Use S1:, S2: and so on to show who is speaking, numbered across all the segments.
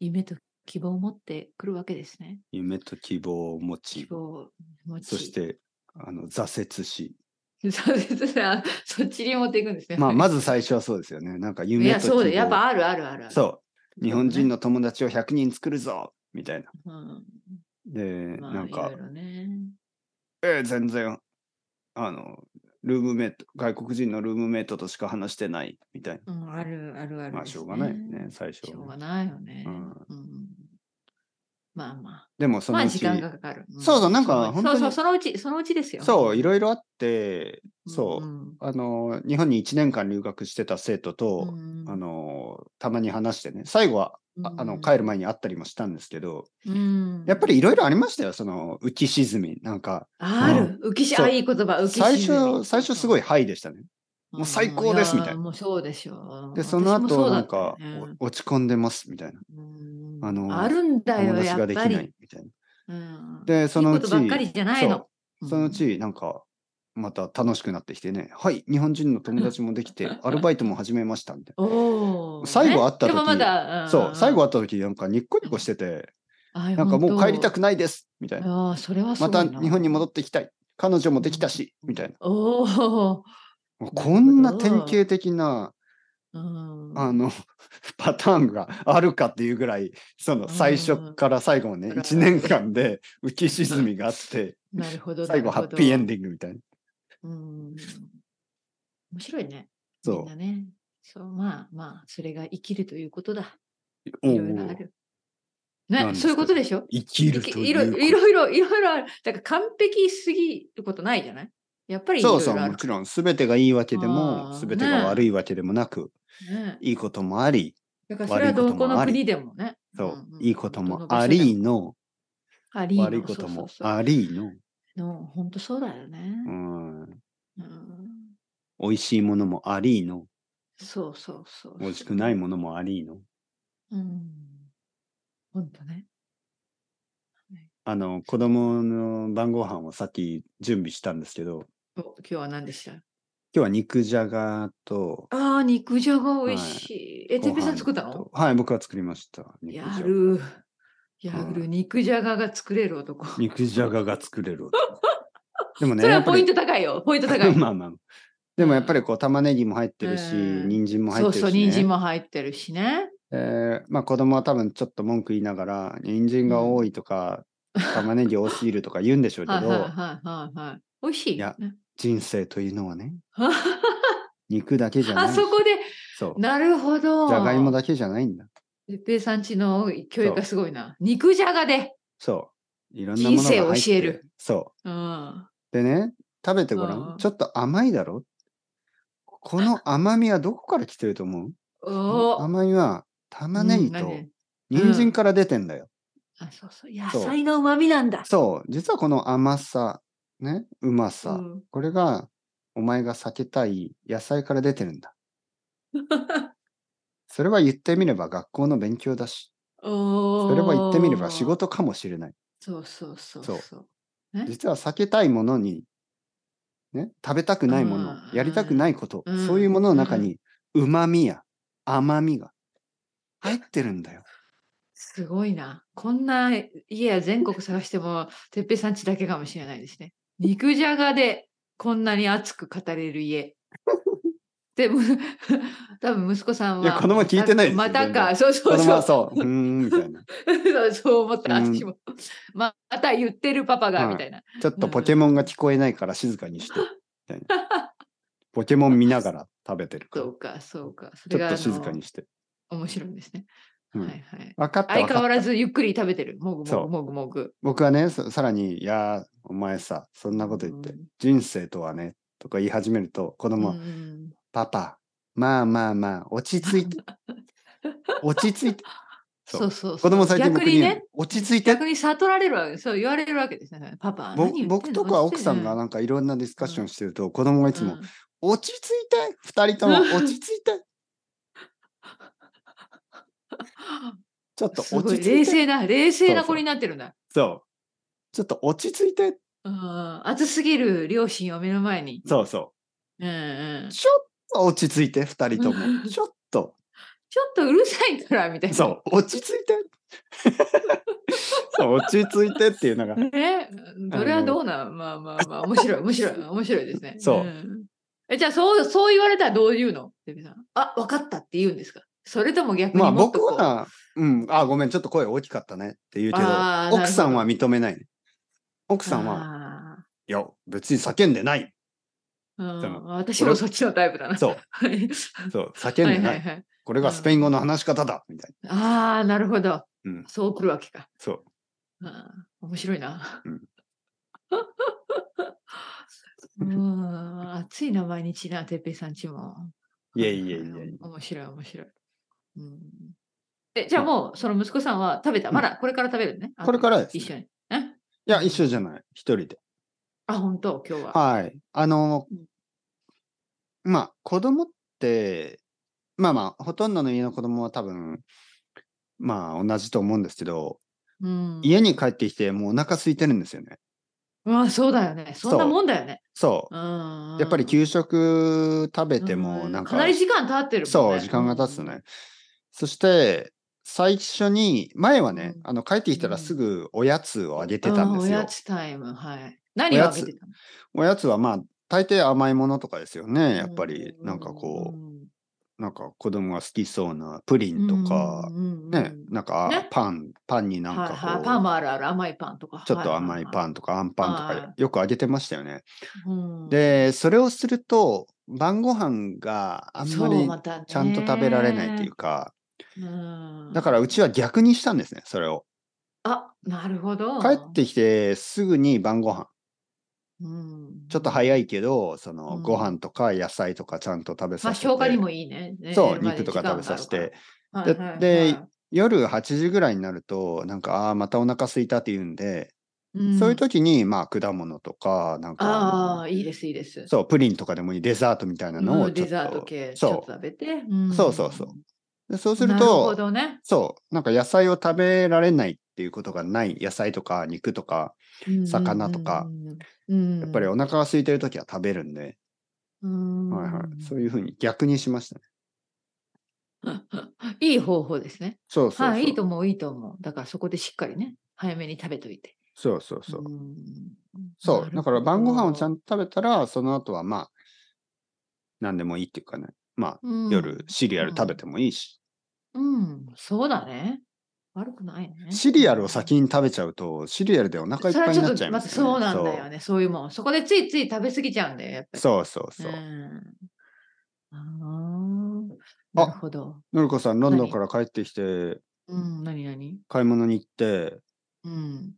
S1: 夢と希望を持ってくるわけですね。
S2: 夢と希望を持
S1: 希
S2: ち、
S1: 望を持ち。
S2: そしてあの挫折し、
S1: そうですねあそっちに持っていくんですね。
S2: ま あ、ま
S1: ず
S2: ず最初はそうですよね。なんか
S1: い
S2: 夢と
S1: や、
S2: 希
S1: そう
S2: 望
S1: で、やっぱあるあるあるある。
S2: そう日本人
S1: の。
S2: の友達を100人作るぞみたいな。
S1: うん
S2: で、
S1: まあ、
S2: なんか
S1: いろいろね。
S2: えー全然、あの、ルームメイト、外国人のルームメイトとしか話してないみたい
S1: うん、あるあるあ
S2: な。
S1: る、
S2: まあ、しょうがないよね、。最初
S1: しょうが
S2: はね。
S1: ないよね。
S2: うん
S1: うんまあま
S2: でも、
S1: あ。
S2: そ
S1: ま
S2: の
S1: あ
S2: う
S1: 時
S2: ち、
S1: 間がかかる。
S2: そうそうなんか
S1: そ
S2: 本
S1: う
S2: 当に
S1: そう、そのうち、そのうちですよ。
S2: そう、いろいろあって、そう、
S1: ん
S2: あの、日本に1年間留学してた生徒
S1: うん。
S2: と、
S1: うん
S2: あ、の、たまに話してね、最後は、ああの帰る前に会ったりもしたんですけど、
S1: うん
S2: やっぱりいろいろありましたよ、その浮き沈み。なんか、
S1: ある、浮きし、
S2: そう
S1: あ、いい言葉、浮き
S2: 最
S1: 沈み
S2: 初、最初すごい、ハイでした
S1: ん
S2: ね。もう最高ですみたいな
S1: やもうそうでしょう。
S2: で、その
S1: 私もそ
S2: 後、
S1: うだ
S2: なん
S1: ったよ
S2: か
S1: ね、
S2: お落ち込んでます、みたいな。
S1: うん
S2: あの
S1: あるんだ
S2: 友
S1: よ、
S2: 達
S1: や
S2: が
S1: っ
S2: でき
S1: ぱ
S2: な
S1: り
S2: い。、みたいな。
S1: うん
S2: で、そのう
S1: いいこ
S2: ち、
S1: とばっかりじゃないの。
S2: そうそのうち、なんか、また楽しくなってきてね、はい、日本人の友達もでき て、アルバイトも始めました、みたい
S1: おー
S2: 最後会った時
S1: ねでもまだ、
S2: な。そう、最後
S1: は
S2: 会った時、なんかニッコニコしてて、
S1: な
S2: なんかもう帰りたく
S1: ない。
S2: ないです、みたいな。
S1: ああ、それはすご
S2: ま
S1: いな
S2: た日本に戻ってきたい。彼女もできたし、みたいな。
S1: おお、
S2: もう
S1: なるほ
S2: こ
S1: ど
S2: んな典型的な、
S1: うん
S2: あの、 パターンがあるかっていうぐらい、その最初から最後までね、
S1: うん
S2: 1年 間で浮き沈みがあって、
S1: なるほど。
S2: 最後ハッピーエン
S1: デ
S2: ディングみたいな。
S1: ィング。面白いね。みん
S2: そ
S1: なね。そう、まあまあ、それが生きるということだ。
S2: う。
S1: いろいろある。
S2: なん
S1: ね、
S2: です
S1: そういうことでしょ
S2: 生き
S1: い
S2: る
S1: き
S2: と
S1: い
S2: い
S1: ろ
S2: う
S1: い
S2: こ
S1: ろいろいろいろある。だから完璧すぎることないじゃないやっぱり
S2: と
S1: いろ
S2: そ
S1: い
S2: うそう、
S1: ろあ
S2: も
S1: る。
S2: ちろん、すべてがいいわけでも、
S1: あー
S2: すべてが悪いわけでもなく、
S1: ね、
S2: いいこともあり、
S1: だからそれはどこの国でもね。
S2: そう、
S1: んん
S2: いいことも
S1: どの場
S2: あ
S1: 所でも
S2: りの、
S1: ありの
S2: 悪いことも
S1: そうそうそう
S2: ありの、
S1: の本当そうだよね。
S2: うん、
S1: うん
S2: 美味しいものもありの、
S1: そうそうそう。
S2: 美味しくないものもありの。
S1: うん。本当ね。
S2: あの、子供の晩ご飯をさっき準備したんですけど、
S1: お今日は何でした
S2: 今日は肉じゃがと、
S1: ああ、肉じゃが美味しい。え、
S2: ご
S1: てっぺいさん
S2: 飯
S1: 作ったの
S2: とはい、僕は作りました。肉
S1: や
S2: じゃが。
S1: る。や
S2: は
S1: る。
S2: い
S1: 肉じゃがが作れる男。
S2: 肉じゃがが作れる男。 でもね、
S1: それ
S2: や
S1: は
S2: っぱ
S1: ポイン
S2: り
S1: ト高いよ。ポイント高い。
S2: まあまあ。でもやっぱりこう、玉ねぎも入ってるし、
S1: うん
S2: 人参も入
S1: そ
S2: っ
S1: う
S2: て
S1: そう、
S2: るし、
S1: 人
S2: ね。
S1: 参も入ってるしね。
S2: えーまあ子供は多分ちょっと文句言いながら、人参が多いとか、玉ねぎ多すぎるとか言うんでしょう け
S1: はいはい
S2: ど、
S1: はいはいはい。美味しい
S2: い
S1: よ
S2: や
S1: ね。
S2: 人生というの はね、肉だけじゃない。
S1: あそこで、
S2: そう。
S1: なるほど。
S2: じゃがいもだけじゃないんだ。
S1: てっぺいさんちの教育がすごいな。肉じゃがで。
S2: そう。いろんなものが入って
S1: 人生を教える。
S2: そ
S1: うん。
S2: う。でね、食べてごら
S1: うん
S2: ん。ちょっと甘いだろこの甘みはどこから来てると思う
S1: おー
S2: 甘みは玉ねぎ
S1: うん
S2: と
S1: 何
S2: 人参から出てんだよ。
S1: あ、そうそう。野
S2: そう
S1: 菜の旨味なんだ。
S2: そう。実はこの甘さ、ね、うまさ、
S1: うん
S2: これがお前が避けたい野菜から出てるんだ。それは言ってみれば学校の勉強だし、
S1: お
S2: それは言ってみれば仕
S1: ー。
S2: 事かもしれない。
S1: そうそうそう
S2: そう
S1: そう。ね
S2: 実は避けたいものに、ね、食べたくないもの、
S1: うん
S2: やりたくないこと、
S1: うん
S2: そういうものの中に、うまみや甘みが入ってるんだよ。
S1: すごいな。こんな家や全国探しても、てっぺいさんちだけかもしれないですね。肉じゃがでこんなに熱く語れる家。でも、 多分息子さん
S2: いや、
S1: は。
S2: 子供聞いてないですよ
S1: また
S2: 全然
S1: か。そうそ
S2: 子
S1: う
S2: 供
S1: そ
S2: は
S1: う。
S2: そう、うーん、みたいな。
S1: そうそう思った、
S2: うん
S1: 私も。ままた言ってるパパが、
S2: はい
S1: みたいな。
S2: ちょっとポケモンが聞こえないから静かにして、みたいな。ポケモン見ながら食べてるか
S1: そ
S2: ら、
S1: うか、そうか。それ
S2: ちょっ
S1: が
S2: と静かに
S1: あ
S2: して。
S1: の面白いですね。
S2: うん
S1: はいはい。
S2: 分かった
S1: 相
S2: 分
S1: 変
S2: か
S1: わ
S2: った。
S1: らずゆっくり食べてる。もぐも
S2: そ
S1: ぐ
S2: う
S1: もぐもぐ。
S2: 僕はね、ささらに、いやー、お前さ、そんなこと言って、
S1: うん
S2: 人生とはね、とか言い始めると、子供は、
S1: うん
S2: パパ、まあまあまあ、落ち着 いて。落ち着いて。そ
S1: そう
S2: う
S1: そうそう。
S2: 子供最近僕
S1: 逆
S2: に
S1: に
S2: 言う
S1: ね
S2: の、。落ち着いて
S1: 逆。に悟られるわけそう言われるわけですねパパ
S2: ぼ
S1: 何言ってんの
S2: 僕とか奥さんがなんかいろんなディスカッションしてると、子供がいつも、落ち着いて二人とも落ち着い てちょっと
S1: す
S2: 落
S1: ご
S2: ち
S1: い
S2: 着い
S1: 冷
S2: て
S1: 静な冷静な
S2: そうそ
S1: 子
S2: う
S1: になってるんだ
S2: そう。ちょっと落ち着いて
S1: うん熱すぎる両親を目の前に
S2: そうそ
S1: うんうん
S2: う。ちょっと落ち着いて二人とも。ちょっと。
S1: ちょっとうるさいからみたいな。
S2: そう、落ち着いて。 そう、落ち着いてっていうのが。
S1: ね、それはどうなのまあまあまあ、面白い、面 白い、面白いですね。
S2: そうん
S1: え、じゃあ、そう、そう言われたらどう言うのデビさん。あ、分かったって言うんですかそれとも逆に
S2: まあ
S1: もっと
S2: 僕
S1: こう、
S2: は、うん、あ、ごめん、ちょっと声大きかったねって言うけど
S1: あー、
S2: 奥さんは認めないね。奥さんは、
S1: はい
S2: や、別に叫んでない。
S1: あー。
S2: そ
S1: うん、
S2: の
S1: 私もそっちのタイプだな。
S2: そう、
S1: はい
S2: そう、叫ん
S1: は
S2: で
S1: いは
S2: ないい。
S1: はい。
S2: これがスペイン語の話し方だ、みたいな。
S1: ああ、なるほど。
S2: うん
S1: そうくるわけか。
S2: そう。
S1: あー面白いな。
S2: うん
S1: うーん、暑いな、毎日な、てっぺいさんちも。
S2: いえいえいえ
S1: はは面白い、面白い。うん、え、じゃあもう、その息子さんは食べた。まだこれから食べるね。
S2: これから
S1: あ
S2: ですね
S1: 一緒に。え
S2: いや、一緒じゃない。一人で。
S1: あ、本当今日は。
S2: はい。あの
S1: うん、
S2: まあ、子供って、まあまあ、ほとんどの家の子供は多分、まあ、同じと思うんですけど、
S1: うん。
S2: 家に帰ってきて、もうお腹空いてるんですよね。
S1: まあ、そうだよね。そんな
S2: そう
S1: もんだよね。
S2: そうう。
S1: ん。
S2: やっぱり
S1: っ
S2: 給食食べても、なんか、
S1: かなり時間経ってるもんね。
S2: そう、時間が経つとね。そして、最初に、前はね
S1: う、ん
S2: あの、帰ってきたらすぐおやつをあげ
S1: う
S2: て
S1: ん。
S2: たんで
S1: あ
S2: す
S1: ーお
S2: よ
S1: や。つタイム、はい。何をあげてたの
S2: おやつはまあ、大抵甘いものとかですよね。やっぱり、なんかこ
S1: う
S2: う、
S1: ん
S2: なんか子供が好きそうなプリンとか、
S1: うんうんうん
S2: ね、なんか
S1: ね
S2: パン、パンになん
S1: はいはいパ
S2: か
S1: ン
S2: こ
S1: もあるある甘いパンとか
S2: う、ちょっと甘いパ
S1: ン、
S2: ンとかあんパンと
S1: は
S2: かよくあげてましたよね。
S1: うん
S2: で、それをすると、晩ご飯があんま
S1: そう
S2: り
S1: またね
S2: ちゃんと食べられないっていうか、
S1: うん
S2: だからうちは逆にしたんですね、それを。
S1: あなるほど
S2: 帰ってきてすぐに晩ご飯
S1: うん
S2: ちょっと早いけどその
S1: うん
S2: ご飯とか野菜とかちゃんと食べ
S1: まあ
S2: させて、
S1: 消化にもいいねね
S2: そう
S1: まあ
S2: 肉とか食べさせて
S1: 時間があるからはいはいはい
S2: 夜8時ぐらいになるとなんかああーまたお腹空いたって言うんで、
S1: うん
S2: そういう時にまあ果物とかなん
S1: あ
S2: か
S1: あいいですいいです
S2: そうプリンとかでもいいデザートみたいなの
S1: う
S2: を
S1: ん
S2: ち
S1: デ
S2: ょっ
S1: ザート
S2: と
S1: 系ちょっ
S2: そ
S1: と食べて、うん
S2: そうそうそううでそうする
S1: なるほ
S2: と
S1: どね、
S2: そうなんか野菜を食べられないっていうことがない野菜とか肉とか魚とか
S1: うんうんうんうん、
S2: やっぱりお腹が空いてる時は食べるんで、
S1: うん
S2: はいはい、そういうふうに逆にしましたね。
S1: いい方法ですね
S2: そうそうそう。
S1: はい、いいと思う、いいと思う。だからそこでしっかりね、早めに食べといて。
S2: そうそうそう。
S1: ん
S2: そう。だから晩ご飯をちゃ
S1: と、
S2: んと食べたら、その後はまあ、何でもいいっていうかね。まあ、
S1: うん
S2: 夜、シリアル食べてもいいし、
S1: うん、そうだね。悪くないね。
S2: シリアルを先に食べちゃうと、シリアルでお腹いっぱいになっちゃいます
S1: それはちょっとまたそうなん
S2: よ
S1: だよね。そういうもん。そこでついつい食べ過ぎちゃうんだよ、やっぱり。
S2: そうそうそうそう。
S1: うんあーなるほど。
S2: のりこさん、ロンドンから帰ってきて、
S1: うん、なになに
S2: 買い物に行って、
S1: うん。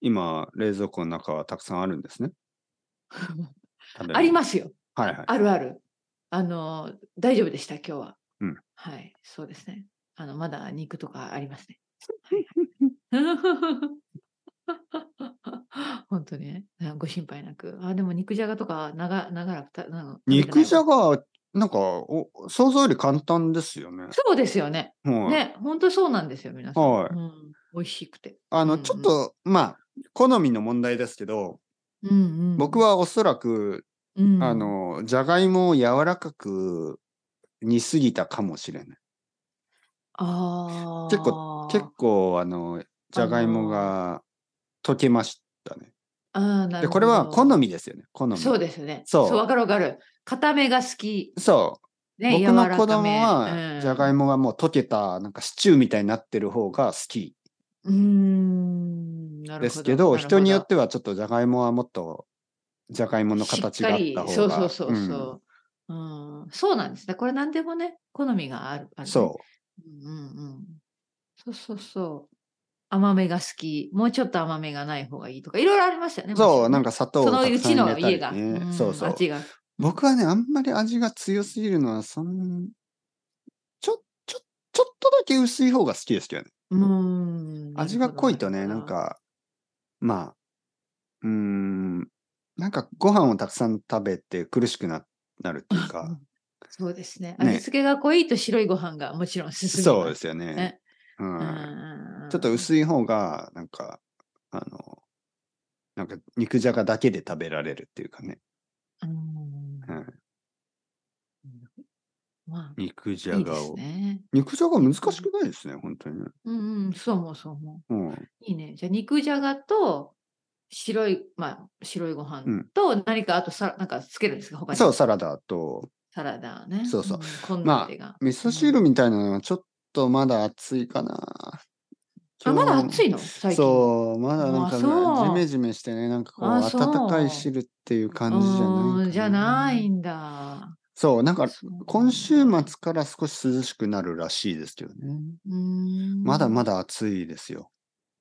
S2: 今、冷蔵庫の中はたくさんあるんですね。
S1: あり
S2: す。
S1: ますよ。
S2: はいはい。
S1: あるある。あの、大丈夫でした、今日は。
S2: うん
S1: はい、そうですね。あの、まだ肉とかありますね。はい はい本当にね、あご心配なく。あ、でも肉じゃがとか長長らくたなの
S2: 肉じゃ
S1: が
S2: が、なんかお、想像より簡単ですよね。
S1: そうですよね。
S2: はい。
S1: ね、本当そうなんですよ、皆さん。
S2: はい
S1: うん、美味しくて。
S2: あ
S1: う
S2: の、
S1: ん
S2: ちょっ
S1: うん
S2: と、まあ、好みの問題ですけど、
S1: うんうん、
S2: 僕、はおそらく、
S1: うん、
S2: あ、の、じゃがいもを柔らかく煮すぎたかもしれない。
S1: あ
S2: 結
S1: 構
S2: 結構、あの、じゃがいもが溶けましたね。
S1: あーな
S2: で、
S1: るほど
S2: これは好みですよね。好み。
S1: そうですよね。
S2: そう
S1: わかるわかる。固めが好き。
S2: そ
S1: ね、
S2: 僕の
S1: 柔ら
S2: 子
S1: かめ
S2: 供は、じゃがい
S1: も。
S2: もがもう溶けた、なんかシチューみたいになってる方が好き
S1: うーん、なるほど。
S2: ですけ
S1: なる
S2: ど、
S1: ほ
S2: 人によってはちょっとじゃがいもはもっと、じゃがいもの形があった
S1: し
S2: 方
S1: っか
S2: が。
S1: りそうそうそうそう。うんそうなんですね。これ何でもね、好みがある。ある
S2: うん
S1: ね
S2: そう。
S1: うんうんうん。そうそうそう。甘めが好き、もうちょっと甘めがない方がいいとか、いろいろありましたよね。
S2: そう、なん
S1: か、
S2: か砂糖を
S1: その
S2: たく
S1: う
S2: さん
S1: ち
S2: 入
S1: の
S2: れた
S1: 家
S2: り
S1: が、
S2: ね。
S1: ん
S2: そうそう。
S1: 味が。
S2: 僕はね、あんまり味が強すぎるのは、そん、ちょ、ちょ、ちょっとだけ薄い方が好きですけどね。
S1: うーん。
S2: 味が濃いと
S1: な
S2: ね、
S1: る
S2: な
S1: ほど
S2: ん。か、まあ、うーん、なんかご飯をたくさん食べて苦しくな、なるっていう か、
S1: そうですね。
S2: ね
S1: 味付けが濃いと白いご飯がもちろん進む。
S2: そうですすよね。
S1: ね。
S2: うん。
S1: うん
S2: ちょっと
S1: い。
S2: 薄い方が、なんか、あの、なんか肉じゃがだけで食べられるっていうかね。
S1: うん
S2: うん
S1: ま
S2: 肉じ
S1: あ、
S2: ゃ
S1: いいで
S2: が
S1: す
S2: を。
S1: ね。
S2: 肉じゃが難しくないですね、本当にね。
S1: うんうん、そう思う、そう思
S2: うん。
S1: う。いいね。じゃあ、肉じゃがと、白い、まあ、白いご飯
S2: うん
S1: と、何か、あとさ、なんかつけるんですか、他に。
S2: そう、サラダと、
S1: サラダね。
S2: そうそう。
S1: こん
S2: ま
S1: な
S2: あ
S1: 手が。
S2: 味噌汁みたいなのはちょっとまだ熱いかな。
S1: あ、まだ
S2: い
S1: 暑いの最近。
S2: そう、まだなん
S1: あそ
S2: か
S1: う
S2: ねジメジメしてね、なんかこう、
S1: あそう
S2: 温かい汁っていう感じじゃないか
S1: う
S2: な。
S1: んじゃないんだ。
S2: そう、なんか
S1: そう
S2: 今週末から少し涼しくなるらしいですけどね。
S1: うーん
S2: まだまだ暑いですよ。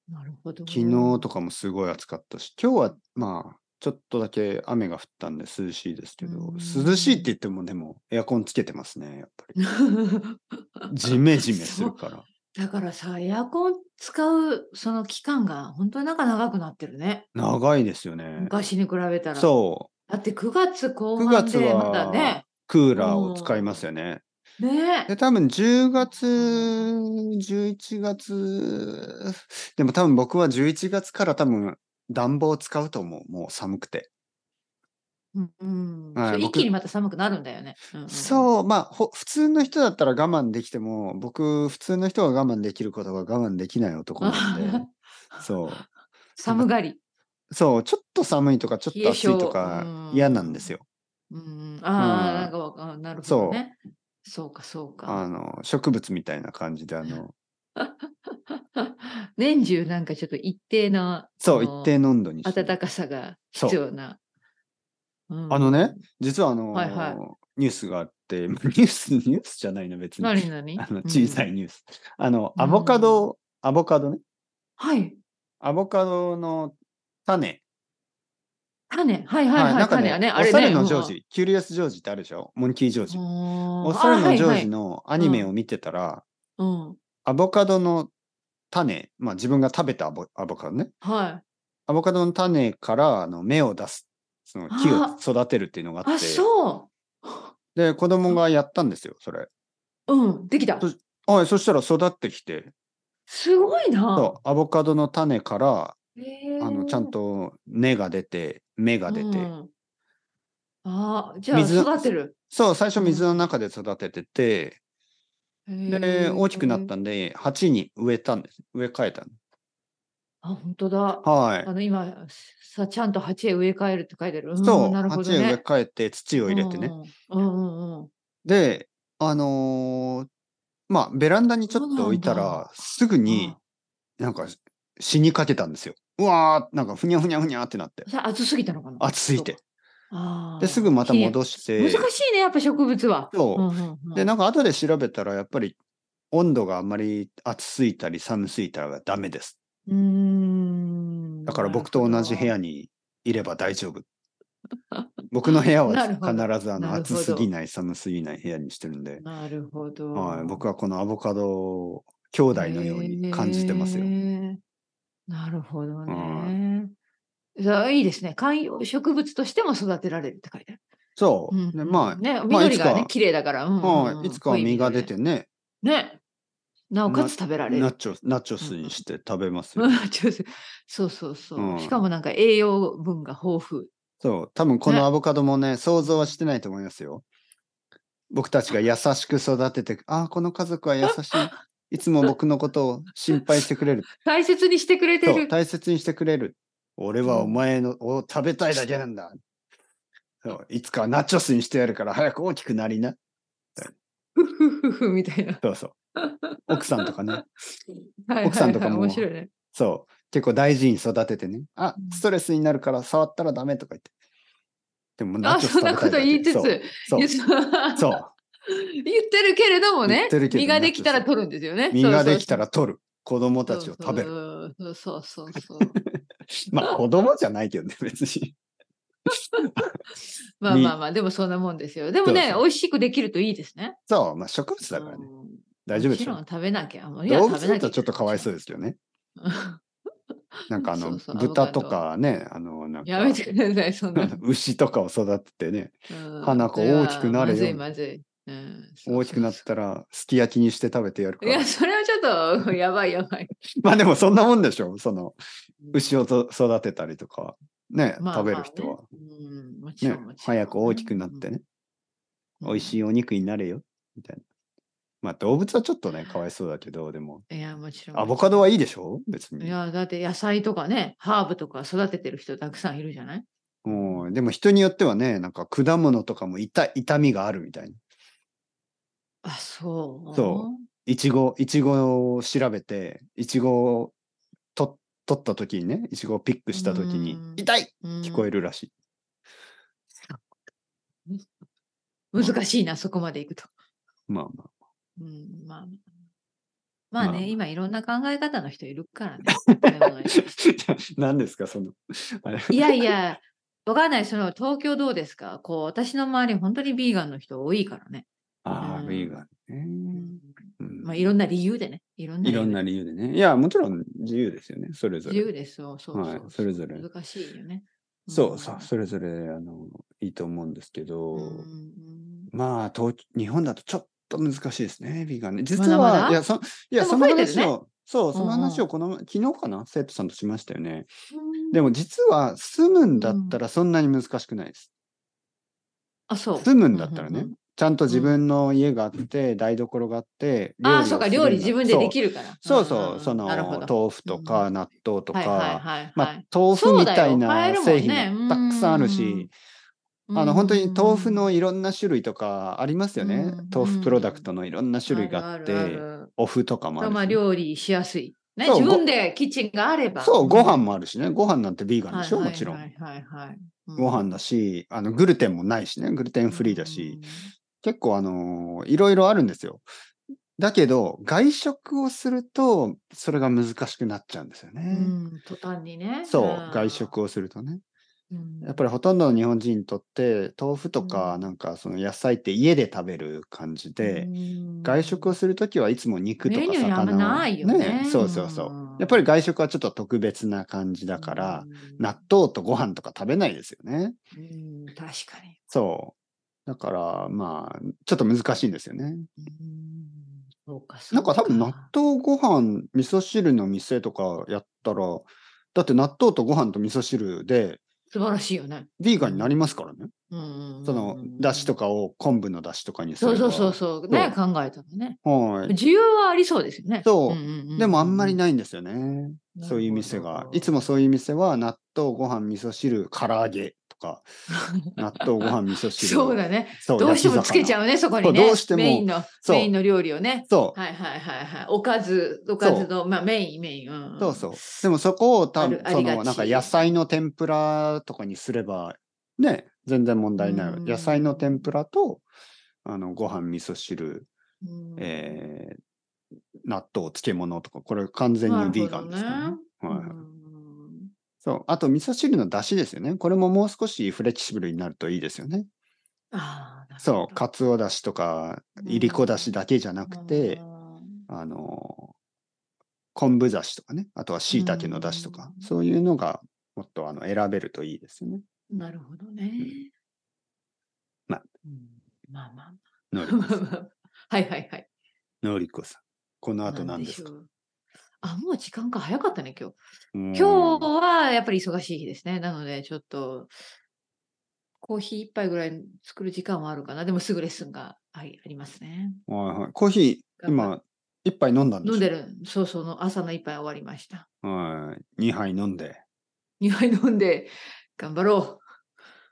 S1: なるほど。
S2: 昨 日とかもすごい暑かったし、今日はまあ、ちょっとだけ雨が降ったんで涼しいですけど、
S1: うん
S2: 涼しいって言ってもでもエアコンつけてますね、やっ ぱり。ジ
S1: じ
S2: メジメす るから。
S1: だからさ、エアコン使うその期間が本当になんか長くなってるね。
S2: 長いですよね。
S1: 昔に比べたら。
S2: そう、
S1: だって9月後
S2: 9
S1: 半
S2: 月
S1: で
S2: は
S1: まだね。
S2: クーラーを使いますよね。
S1: ね
S2: で、多分10月、11月、でも多分僕は11月から多分暖房を使うと思う。もう寒くて。
S1: うんうん
S2: はい
S1: そう一
S2: 僕
S1: 気にまた寒くなるんだよね。うんうん
S2: そう、まあ、ほ普通の人だったら我慢できても、僕、普通の人が我慢できることが我慢できない男なんで、 そ
S1: 寒がり。
S2: う、そう、ちょっと寒いとか、ちょっと暑い
S1: 冷
S2: と
S1: え性
S2: か
S1: うん
S2: 嫌なんですよ。
S1: うん、ああ、
S2: うん
S1: なんかわかあなるほ
S2: そ
S1: ど
S2: う
S1: ね。そうか、そう
S2: あ
S1: か。
S2: の、植物みたいな感じで、あの、
S1: 年中なんかちょっと一定な
S2: そう、
S1: あの
S2: 一定の温度にして
S1: 暖かさが
S2: そう
S1: 必要な。うん
S2: あのね、実はあの、
S1: はいはい
S2: ニュースがあって、 ニュース、ニュースじゃないの別に。
S1: 何何
S2: あの小さい
S1: うん
S2: ニュース。あの、
S1: うん
S2: アボカド、アボカドね。
S1: はい。
S2: アボカドの種。
S1: 種。はいはいはい。
S2: なんか
S1: 種
S2: ね、
S1: はね、あ
S2: お
S1: れ
S2: 猿
S1: ね。
S2: のジョージ、キュリアスジョージってあるでしょモンキージョージ
S1: う。ん。
S2: お
S1: お
S2: 猿のジョージ
S1: の。
S2: のアニメを見てたら、
S1: うん。
S2: アボカドの種、まあ自分が食べたアボアボカドね。
S1: はい。
S2: アボカドの種からあの芽を出す。その木を
S1: あ
S2: 育てるっていうのがあっ
S1: あ、
S2: て。
S1: そ
S2: で、子供がやったんですよ、それ。
S1: う。うん、できた
S2: そ。はい、そしたら育ってきて、
S1: すごいな。
S2: そうアボカドの種から
S1: へえ
S2: あのちゃんと根が出て芽が出て、
S1: うんああ、じゃあ
S2: 水
S1: 育てる。
S2: そう最初水の中で育ててて、
S1: へ
S2: で
S1: え
S2: 大きくなったんで鉢に植えたんです植え替えた
S1: あ、本当だ。
S2: のはい
S1: あの今さちゃんと鉢へ植え替えるって書いてある。うん
S2: そう、
S1: なるほど
S2: 鉢へ植え
S1: ね。
S2: 替えて土を入れてね、
S1: うんうん。うんうんうん。
S2: であのーまあベランダにちょっと置い
S1: そ
S2: た
S1: うなん
S2: らすぐになんか死にかけたんですようわーなんかふにゃふにゃふにゃってなって
S1: さ暑すぎたのかな。
S2: 暑すぎて。
S1: ああ。
S2: ですぐまた戻して
S1: 難しいねやっぱ植物は。
S2: そう、
S1: うんうんうん
S2: で、なんか後で調べたら、やっぱり温度があんまり暑すぎたり寒すぎたらダメです。
S1: うーん。
S2: だから僕と同じ部屋
S1: に。
S2: にいれば大 丈夫。僕の部屋は
S1: なるほど
S2: 必ずあ
S1: な
S2: の
S1: るほ
S2: 暑
S1: ど
S2: すぎない寒すぎない部屋にしてるんで、
S1: なるほど。
S2: はい、僕
S1: は
S2: はこのアボカドを兄弟のように感じてますよ。
S1: なるほどね。さあいいですね。観葉植物としても育てられるって書いてある。
S2: そう。
S1: うん
S2: で
S1: うん
S2: まあ、
S1: ね、
S2: まあい
S1: 緑
S2: つか
S1: がね、綺麗だから。うんうんうん
S2: はい、いつかは実が出。てね、
S1: 濃い緑でね。なおかつ食べられ
S2: ナ
S1: る。
S2: チョナチョスにして食べますよ。
S1: ちょっとそうそうそう、
S2: うん
S1: しかもなんか栄養分が豊富。
S2: そう、多分 こ
S1: ね
S2: のアボカドもね、想像はしてないと思いますよ。僕たちが優しく育てて、ああ、この家族は 優しい。いつも僕のことを心配してくれる。
S1: 大切にしてくれて
S2: そう
S1: る。
S2: 大切にしてくれる。俺はお前のを食べたいだけなんだ。そういつかはナチョスにしてやるから早く大きくなりな。
S1: ふふふふみたいな。
S2: そうそう。 奥さんとかね。
S1: はいはいはい
S2: 奥さんとかも
S1: 面白いね。
S2: そう。結構大事に育ててね。あ
S1: う、ん
S2: ストレスになるから触ったらダメとか言って。でもナ
S1: あ、
S2: チョス
S1: そ
S2: 食
S1: ん
S2: べた
S1: ない
S2: だ
S1: こと言い
S2: け
S1: つつ。
S2: そう
S1: 言
S2: そう
S1: っ
S2: そ
S1: 言
S2: う。
S1: ってるけれども
S2: 言
S1: ね
S2: ってるけど
S1: 身ができたら取るんですよね。
S2: 身ができた
S1: ら
S2: ら取る。子供たちを食べる。
S1: る。そうそうそう。
S2: まあ子供じゃないけどね、別に。
S1: まあまあまあ、でもそんなもんですよ。でも
S2: そう
S1: ね、
S2: そう
S1: 美味しくできるといいですね。
S2: そう、まあ植物だからね。
S1: うん
S2: 大丈夫でし
S1: もち
S2: ょ
S1: ろん。食べなきゃ。いや
S2: 動物
S1: 食べ
S2: だ
S1: なき
S2: と
S1: ゃ
S2: ちょっとかわいそう
S1: う。
S2: ですけ どね。なんかあの
S1: そうそうア
S2: 豚
S1: ボカド
S2: とかね、あのなんか
S1: やめてください、そん な。
S2: 牛とかを育て てね、
S1: うん
S2: 花子大きくなれよ
S1: それはまずい、まずい。うん
S2: 大きくなっ。
S1: そう
S2: たらすき焼きにして食べてやる
S1: そ
S2: か
S1: うい
S2: ら
S1: や、。それはちょっと、やばいやばい。
S2: まあでもそんなもんでしょ、その牛をと育てたりとか、ね、
S1: まあ
S2: 食べる人は
S1: ま。あねうんもちろ
S2: ね
S1: んもちろん
S2: 早く大きくなってね、美味しいお肉になれよ。みたいな。まあ動物はちょっとね、かわいそうだけど、でも、
S1: いや、もちろん。
S2: アボカドはいいでしょ
S1: い
S2: 別に。
S1: や、だって野菜とかね、ハーブとか育ててる人たくさんいるじゃない
S2: うん、でも人によってはね、なんか果物とかも痛痛みがあるみたいな。
S1: あ、そう。
S2: そいちご、いちごを調べて、いちごをと取った時にね、いちごをピックした時に
S1: うん、
S2: 痛い
S1: うん。
S2: 聞こえるらしい。
S1: 難しいな、そこまでいくと。
S2: まあま あ。
S1: うん、まあ。まあね、
S2: まあ
S1: 今いろんな考え方の人いるからね食べ物に。
S2: 何ですか、その。あれ
S1: いやいや、わかんない、その東京どうですかこう、私の周り、本当にビーガンの人多いからね。
S2: ああ、
S1: うん
S2: ウィーガンね。うん
S1: まあ、いろんな理由でね。いろんな理
S2: い
S1: 由
S2: ろんな理由でね。いや、もちろん自由ですよね、それぞ
S1: 自
S2: れ。
S1: 由ですよ。そうそう
S2: はい
S1: そう
S2: それぞれ
S1: 難しいよね。
S2: そうそう、
S1: ん
S2: それぞれあのいいと思うんですけど、
S1: うん
S2: まあ東、日本だとちょっと難しいですね、ビーガンね。実
S1: だ
S2: は、
S1: まだ
S2: いや、そいや
S1: でも
S2: その
S1: 増えてる
S2: 話
S1: ね
S2: を、そう、その
S1: うん
S2: 話
S1: う
S2: をこの、昨日かな、生徒さんとしましたよね。
S1: うん
S2: でも実は、住むんだったらそんなに難しくないです。
S1: あ、そう。
S2: 住むんだったらね、
S1: うう
S2: ちゃんと自分の家があって、台所があって、
S1: うんああ、そうか、料理自分でで
S2: る
S1: きるから。
S2: そう
S1: うん
S2: そうそう、その
S1: なるほど。
S2: 豆腐と
S1: う
S2: か納豆と
S1: はいはい
S2: か、
S1: はい、
S2: ま
S1: は
S2: あ
S1: い。
S2: 豆腐
S1: そう
S2: み
S1: だ
S2: た
S1: よ
S2: い
S1: 買え
S2: な
S1: るもんね
S2: 製品もたくさんあるし、あの本当に豆腐のいろんな種類とかありますよね
S1: うん。
S2: 豆腐プロダクトのいろんな種類があ
S1: る
S2: っ
S1: る
S2: て、
S1: ある
S2: お麩とかもあ
S1: まあ
S2: るし。
S1: 料理しやすい。ね、
S2: そう
S1: 自分でキッチンがあれば。
S2: そう、ご飯
S1: も
S2: もあるしね。ご飯なんてビーガンでしょ、もちろ
S1: はい
S2: ん。
S1: はいはい、はい。
S2: ご飯だし、あのグルテンもないしね。グルテンフリーだし、結構あのーいろいろあるんですよ。だけど、外食をすると、それが難しくなっちゃうんですよ
S1: うん。
S2: ね。
S1: うん、途端にね。
S2: そう、外食をするとね。
S1: うん。
S2: やっぱりほとんどの日本人にとって豆腐と
S1: う
S2: か
S1: ん
S2: なんかその野菜って家で食べる感じで、
S1: うん
S2: 外食をするときはいつも肉とか
S1: メニ
S2: 魚
S1: ューにあんまないよね
S2: えそうそうそう、
S1: うん
S2: やっぱり外食はちょっと特別な感じだから、、
S1: うん
S2: 納豆とご飯とか食べないですよね
S1: うん、確かに。
S2: そうだからまあちょっと難しいんですよね
S1: うんそうか、そう
S2: なんか多分納豆ご飯味噌汁の店とかやったらだって納豆とご飯と味噌汁で
S1: 素晴らしいよね。
S2: ビーガンになりますからね
S1: うん
S2: そのだしと
S1: か。
S2: かを昆布のだしとかにす
S1: そ
S2: れ
S1: う
S2: ば
S1: そうそうそう。ね、考えたらね。
S2: はい。
S1: 需要はありそうですよね。
S2: そうん
S1: んん
S2: でもあんまりないんですよね。そういう店が。いつもそういう店は納豆ご飯味噌汁唐揚げ とか納豆ご飯味噌汁。
S1: そうだね。
S2: そう
S1: どうしてもつけちゃ
S2: う。
S1: うね、そこにね。
S2: そうどうしても
S1: メインの、
S2: そう
S1: メインの料理をね。
S2: そう。
S1: はいはいはいはい。おかず、おかずの、まあメイン、メイン。うん、
S2: そうそう。でもそこを
S1: あ
S2: た
S1: るあ
S2: そ
S1: りがち
S2: のなんか野菜の天ぷらとかにすればね全然問題ない。
S1: うん
S2: 野菜の天ぷらとあのご飯味噌汁、
S1: うん
S2: えー納豆漬物とかこれ完全にビーガンですから
S1: なる
S2: ね。
S1: ほど
S2: はい
S1: ね
S2: そう。あと、味噌汁の出汁ですよね。これももう少しフレキシブルになるといいですよね。
S1: うんああ、なるほど
S2: そう。かつおだしとか、いりこだしだけじゃなくて、あの、昆布だしとかね。あとは椎茸のだしとか、
S1: うん
S2: そういうのがもっとあの選べるといいですよね。
S1: うんなるほどね。
S2: まあ
S1: うん、まあまあ
S2: のり
S1: ま
S2: こ
S1: あはいはいはい。
S2: のりこさん。この後何ですか
S1: なんしょうあ、もう時間が早かったね、今日。
S2: 今
S1: 今日はやっぱり忙しい日ですね。なので、ちょっと、コーヒー一杯ぐらい作る時間はあるかな。でもすぐレッスンがありありますね。
S2: はいはい、コーヒー、
S1: 頑張
S2: 今、一杯飲んだんで
S1: 飲ん
S2: す
S1: でる、そうそうの朝の一杯終わりました。
S2: はい。2杯飲んで。
S1: 2杯飲んで、頑張ろ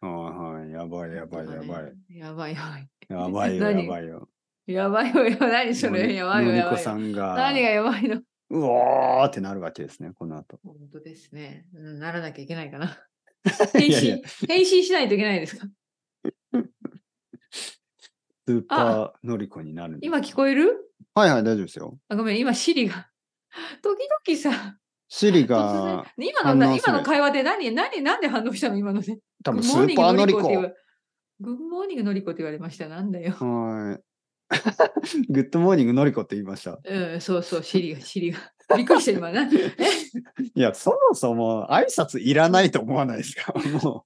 S2: はいはい。やば
S1: う。
S2: いやばいやばい。
S1: い。やばいやばい。
S2: やばいよ
S1: 何
S2: やばいよ。
S1: やばいよ、やばい何そ
S2: のり
S1: れ、やばいよ、
S2: のり
S1: や
S2: こ
S1: ばい
S2: さ
S1: よ。
S2: んが。
S1: 何がやばいの
S2: うおーってなるわけですね、この後。
S1: 本当ですね。うんならなきゃいけないかな。変
S2: い やいや
S1: 身、変身しないといけないですか
S2: スーパーのりこになるんです。
S1: 今聞こえる
S2: はいはい、大丈夫ですよ。
S1: あごめん、今、シリが。時々さ、
S2: シリ
S1: 突然
S2: が、
S1: 今
S2: 反
S1: の
S2: 応す
S1: 今
S2: る
S1: の会話で何、何、なんで反応したの今のね。
S2: 多分
S1: グッ
S2: ス
S1: モニ
S2: ーパー
S1: ング
S2: のり
S1: って言わ
S2: こ。
S1: グッモーニングのりこって言われました。なんだよ。
S2: はい。 グッドモーニングのりこって言いました。
S1: うん、そうそう、シリが、シリが。 びっくりした、今な。え
S2: いや、そもそも挨拶いらないと思わないで すかも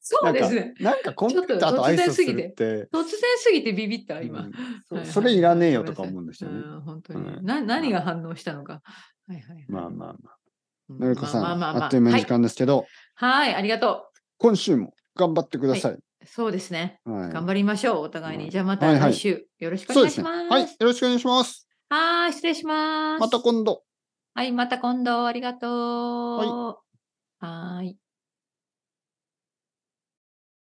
S1: そうですね。
S2: う、なんかコンピューターと挨拶するって。
S1: 突然すぎてビビった、
S2: う
S1: 今
S2: ん。
S1: はいはい
S2: そそれいらねえよとか思うんですよ
S1: ごめ
S2: ね。
S1: なさいうん、本当に。
S2: はい
S1: な何が反応したのか。はいはいはい。
S2: まあまあま
S1: うん
S2: あ。のりこさん、
S1: まあまあまあま
S2: あ
S1: あ
S2: っという間の
S1: は
S2: 時間ですけど、
S1: はい、ありがとう。
S2: 今週も頑張ってください。
S1: そうですね。
S2: はい
S1: 頑張りましょう、お互いに。
S2: うん
S1: じゃあまた
S2: はいはい
S1: 来週、よろしくお
S2: そう
S1: 願
S2: で
S1: い
S2: す
S1: し
S2: ね。
S1: ます。
S2: はい。よろしくお願いします。
S1: はーい、失礼します。
S2: また今度。
S1: はい、また今度ありがとう。はーい。